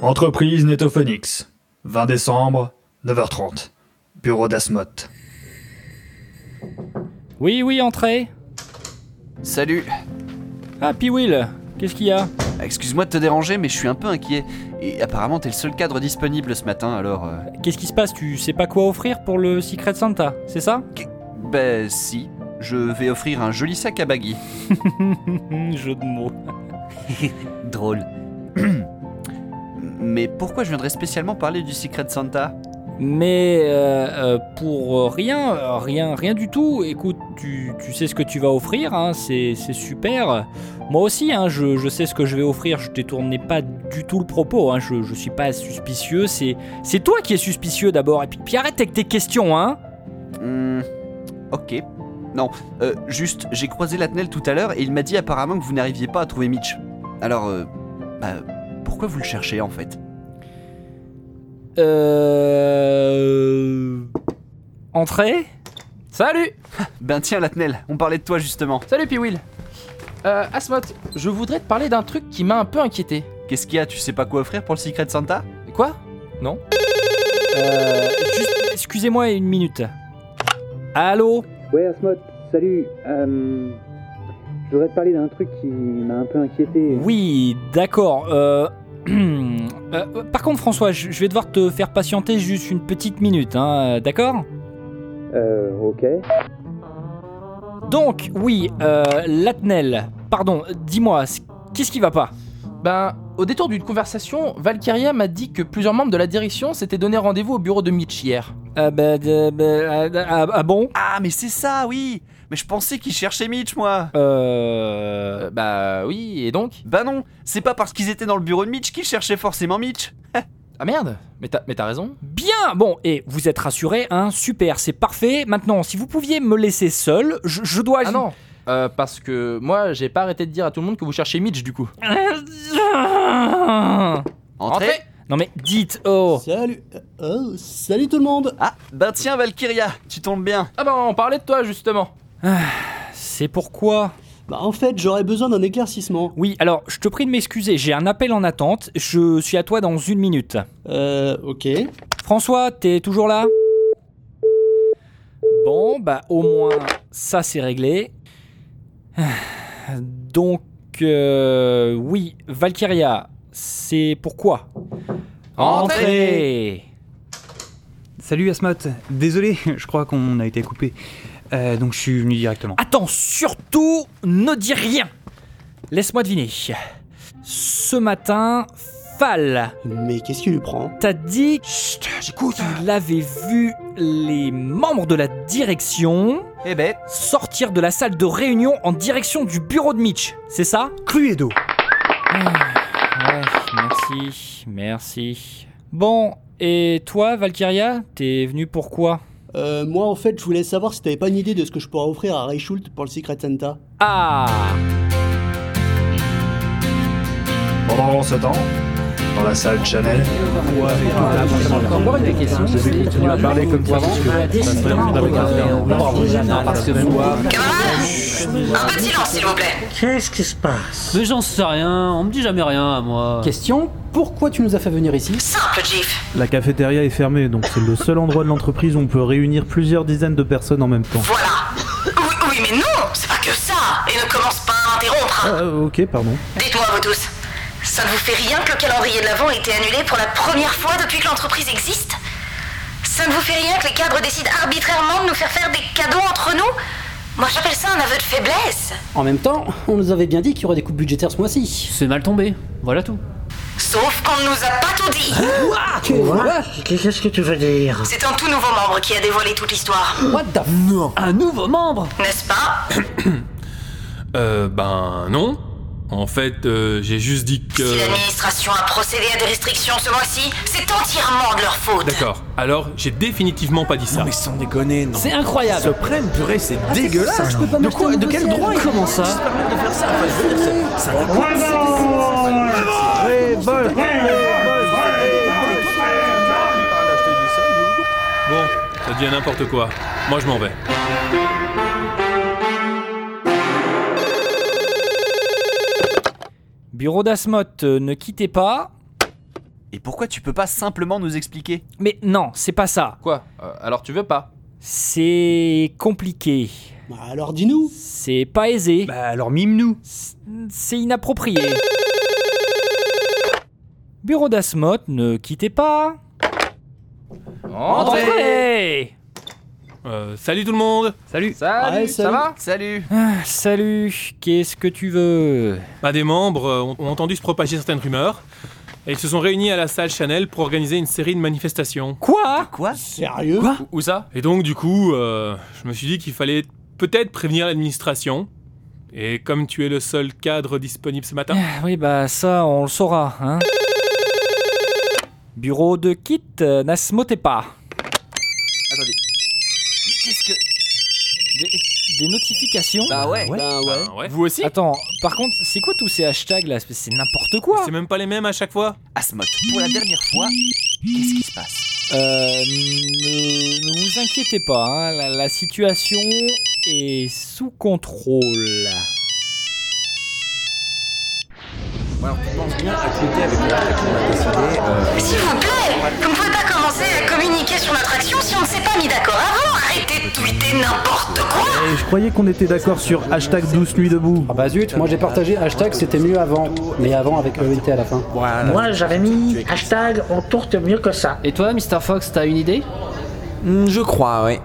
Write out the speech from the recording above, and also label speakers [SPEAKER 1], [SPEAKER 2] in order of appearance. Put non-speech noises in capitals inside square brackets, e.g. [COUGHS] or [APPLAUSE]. [SPEAKER 1] Entreprise Netophonix. 20 décembre, 9h30. Bureau d'Asmoth.
[SPEAKER 2] Oui, oui, entrez.
[SPEAKER 3] Salut.
[SPEAKER 2] Ah, Will, qu'est-ce qu'il y a
[SPEAKER 3] Ah, Excuse-moi de te déranger, mais je suis un peu inquiet. Et apparemment, t'es le seul cadre disponible ce matin, alors. euh,
[SPEAKER 2] Qu'est-ce qui se passe Tu sais pas quoi offrir pour le Secret Santa, c'est ça
[SPEAKER 3] Ben si. Je vais offrir un joli sac à Baggy.
[SPEAKER 2] Hmm, Jeu de mots.
[SPEAKER 3] Drôle. [CLEARS THROAT] mais pourquoi je viendrais spécialement parler du Secret Santa
[SPEAKER 2] Mais euh, euh, pour rien, euh, rien, rien du tout. Écoute, tu, tu sais ce que tu vas offrir, hein, c'est c'est super. Moi aussi, hein, je, je sais ce que je vais offrir. Je détournais pas du tout le propos. hein, je, je suis pas suspicieux. C'est c'est toi qui es suspicieux d'abord. Et puis, puis arrête avec tes questions, hein.
[SPEAKER 3] Hmm, ok. Non, euh, juste, j'ai croisé Latnel tout à l'heure et il m'a dit apparemment que vous n'arriviez pas à trouver Mitch. Alors, euh, bah, pourquoi vous le cherchez en fait
[SPEAKER 2] Euh... Entrée
[SPEAKER 4] Salut
[SPEAKER 3] Ben tiens, Latnel, on parlait de toi justement.
[SPEAKER 4] Salut Piwil Euh, Asmoth, je voudrais te parler d'un truc qui m'a un peu inquiété.
[SPEAKER 3] Qu'est-ce qu'il y a Tu sais pas quoi offrir pour le Secret Santa
[SPEAKER 4] Quoi
[SPEAKER 2] Euh, juste, excusez-moi une minute. Allô
[SPEAKER 5] Ouais, Asmod, salut. Euh, je voudrais te parler d'un truc qui m'a un peu inquiété.
[SPEAKER 2] Oui, d'accord. euh, [CLEARS THROAT] euh, par contre, François, je je vais devoir te faire patienter juste une petite minute, hein, euh, d'accord
[SPEAKER 5] Euh, ok.
[SPEAKER 2] Donc, oui, euh, Latnel, pardon, dis-moi, c- qu'est-ce qui va pas
[SPEAKER 4] Ben, au détour d'une conversation, Valkyria m'a dit que plusieurs membres de la direction s'étaient donné rendez-vous au bureau de Mitch hier.
[SPEAKER 2] Ah bah, de- bah, ah, ah, ah bon
[SPEAKER 3] Ah, mais c'est ça, oui Mais je pensais qu'il cherchait Mitch, moi
[SPEAKER 2] Euh,
[SPEAKER 4] Euh, bah oui, et donc
[SPEAKER 3] Bah non, c'est pas parce qu'ils étaient dans le bureau de Mitch qu'ils cherchaient forcément Mitch
[SPEAKER 4] Ah merde Mais t'as mais t'as raison
[SPEAKER 2] Bien Bon, et vous êtes rassurés, hein Super, c'est parfait. Maintenant, si vous pouviez me laisser seul, je, je dois...
[SPEAKER 4] Ah non euh, parce que moi, j'ai pas arrêté de dire à tout le monde que vous cherchez Mitch du coup.
[SPEAKER 3] Entrez
[SPEAKER 2] [LAUGHS] Non mais dites, oh
[SPEAKER 6] Salut. Oh, salut tout le monde.
[SPEAKER 3] Ah, ben tiens, Valkyria, tu tombes bien
[SPEAKER 4] Ah ben, on parlait de toi justement
[SPEAKER 2] C'est pourquoi
[SPEAKER 6] Bah en fait, j'aurais besoin d'un éclaircissement.
[SPEAKER 2] Oui, alors je te prie de m'excuser, j'ai un appel en attente, je suis à toi dans une minute.
[SPEAKER 6] Euh, ok.
[SPEAKER 2] François, t'es toujours là Bon, bah au moins ça c'est réglé. [SIGHS] Donc, euh, oui, Valkyria, c'est pourquoi
[SPEAKER 4] Entrez
[SPEAKER 7] Salut Asmat, désolé, [LAUGHS] je crois qu'on a été coupé. Euh, donc je suis venu directement.
[SPEAKER 2] Attends, surtout ne dis rien Laisse-moi deviner. Ce matin, Fall
[SPEAKER 6] Mais qu'est-ce qui lui prend
[SPEAKER 2] T'as dit qu'il avait vu les membres de la direction
[SPEAKER 3] Eh ben,
[SPEAKER 2] sortir de la salle de réunion en direction du bureau de Mitch, c'est ça
[SPEAKER 7] Cluedo
[SPEAKER 2] Ah, Ouais, merci, merci. Bon, et toi, Valkyria, t'es venu pourquoi
[SPEAKER 6] Euh, moi en fait, je voulais savoir si t'avais pas une idée de ce que je pourrais offrir à Ray Schult pour le Secret Santa.
[SPEAKER 2] Ah
[SPEAKER 1] Pendant ce temps, dans la salle Chanel,
[SPEAKER 8] Un peu de silence, s'il vous plaît.
[SPEAKER 9] Qu'est-ce qui se passe
[SPEAKER 10] Mais j'en sais rien, on me dit jamais rien à moi.
[SPEAKER 11] Question, pourquoi tu nous as fait venir ici
[SPEAKER 8] Simple, Gif.
[SPEAKER 12] La cafétéria est fermée, donc c'est le seul endroit de l'entreprise où on peut réunir plusieurs dizaines de personnes en même temps.
[SPEAKER 8] Voilà. Oui, oui, mais non, c'est pas que ça. Et ne commence pas à interrompre.
[SPEAKER 12] Ah, ok, pardon.
[SPEAKER 8] Dites-moi, vous tous, ça ne vous fait rien que le calendrier de l'Avent ait été annulé pour la première fois depuis que l'entreprise existe Ça ne vous fait rien que les cadres décident arbitrairement de nous faire faire des cadeaux entre nous Moi, j'appelle ça un aveu de faiblesse.
[SPEAKER 11] En même temps, on nous avait bien dit qu'il y aurait des coupes budgétaires ce mois-ci.
[SPEAKER 10] C'est mal tombé, voilà tout.
[SPEAKER 8] Sauf qu'on ne nous a pas tout dit.
[SPEAKER 11] Que-
[SPEAKER 9] Quoi Qu'est-ce que tu veux dire
[SPEAKER 8] C'est un tout nouveau membre qui a dévoilé toute l'histoire,
[SPEAKER 11] What the f-
[SPEAKER 10] Un nouveau membre
[SPEAKER 8] n'est-ce pas
[SPEAKER 13] [COUGHS] Euh, ben non. En fait, euh, j'ai juste dit
[SPEAKER 8] Si
[SPEAKER 13] que.
[SPEAKER 8] l'administration a procédé à des restrictions ce mois-ci, c'est entièrement de leur faute.
[SPEAKER 13] D'accord. Alors, j'ai définitivement pas dit ça.
[SPEAKER 12] sans déconner, non.
[SPEAKER 10] C'est incroyable
[SPEAKER 12] prennent, purée, c'est
[SPEAKER 11] dégueulasse. ça, je peux pas
[SPEAKER 12] De
[SPEAKER 11] m'acheter un
[SPEAKER 12] quoi De
[SPEAKER 11] nouveau
[SPEAKER 12] quel
[SPEAKER 11] ciel.
[SPEAKER 12] droit hein
[SPEAKER 10] Comment ça
[SPEAKER 13] Bon, ça devient n'importe quoi. Moi, je m'en vais.
[SPEAKER 2] Bureau d'Asmoth, euh, ne quittez pas.
[SPEAKER 3] Et pourquoi tu peux pas simplement nous expliquer
[SPEAKER 2] Mais non, c'est pas ça.
[SPEAKER 4] Quoi Euh, Alors tu veux pas
[SPEAKER 2] C'est compliqué.
[SPEAKER 6] Bah, alors dis-nous.
[SPEAKER 2] C'est pas aisé.
[SPEAKER 7] Bah alors mime-nous.
[SPEAKER 2] C'est inapproprié. Bureau d'Asmoth, ne quittez pas. Entrez
[SPEAKER 13] Euh, salut tout le monde
[SPEAKER 7] Salut
[SPEAKER 4] Salut,
[SPEAKER 13] Ouais,
[SPEAKER 4] ça
[SPEAKER 13] salut.
[SPEAKER 4] va
[SPEAKER 3] Salut
[SPEAKER 2] Ah, Salut, qu'est-ce que tu veux
[SPEAKER 13] Bah, des membres euh, ont- ont entendu se propager certaines rumeurs. Et ils se sont réunis à la salle Chanel pour organiser une série de manifestations.
[SPEAKER 2] Quoi
[SPEAKER 3] Quoi
[SPEAKER 6] Sérieux
[SPEAKER 13] Où ça Et donc, du coup, euh, je me suis dit qu'il fallait peut-être prévenir l'administration. Et comme tu es le seul cadre disponible ce matin,
[SPEAKER 2] Oui, bah ça, on le saura, hein. Bureau de kit, euh, n'asmotez pas.
[SPEAKER 3] Attendez. Mais Qu'est-ce que.
[SPEAKER 2] Des notifications
[SPEAKER 3] Bah ouais.
[SPEAKER 2] Bah
[SPEAKER 13] ouais. Vous aussi
[SPEAKER 2] Attends, par contre, c'est quoi tous ces hashtags là C'est n'importe quoi
[SPEAKER 13] c'est même pas les mêmes à chaque fois.
[SPEAKER 3] Asmoth, pour la dernière fois, qu'est-ce qui se passe
[SPEAKER 2] Euh, ne, ne vous inquiétez pas, hein, la, la situation est sous contrôle.
[SPEAKER 8] S'il vous plaît, vous ne pouvez pas commencer à communiquer sur notre action si on ne s'est pas mis d'accord avant. Arrêtez de tweeter n'importe quoi.
[SPEAKER 12] Et je croyais qu'on était d'accord sur hashtag 12 nuits debout.
[SPEAKER 11] Ah bah zut, moi j'ai partagé hashtag c'était mieux avant, mais avant avec ENT à la fin.
[SPEAKER 9] Moi, j'avais mis hashtag on tourte mieux que ça.
[SPEAKER 10] Et toi, Mr. Fox, t'as une idée
[SPEAKER 14] Je crois, ouais.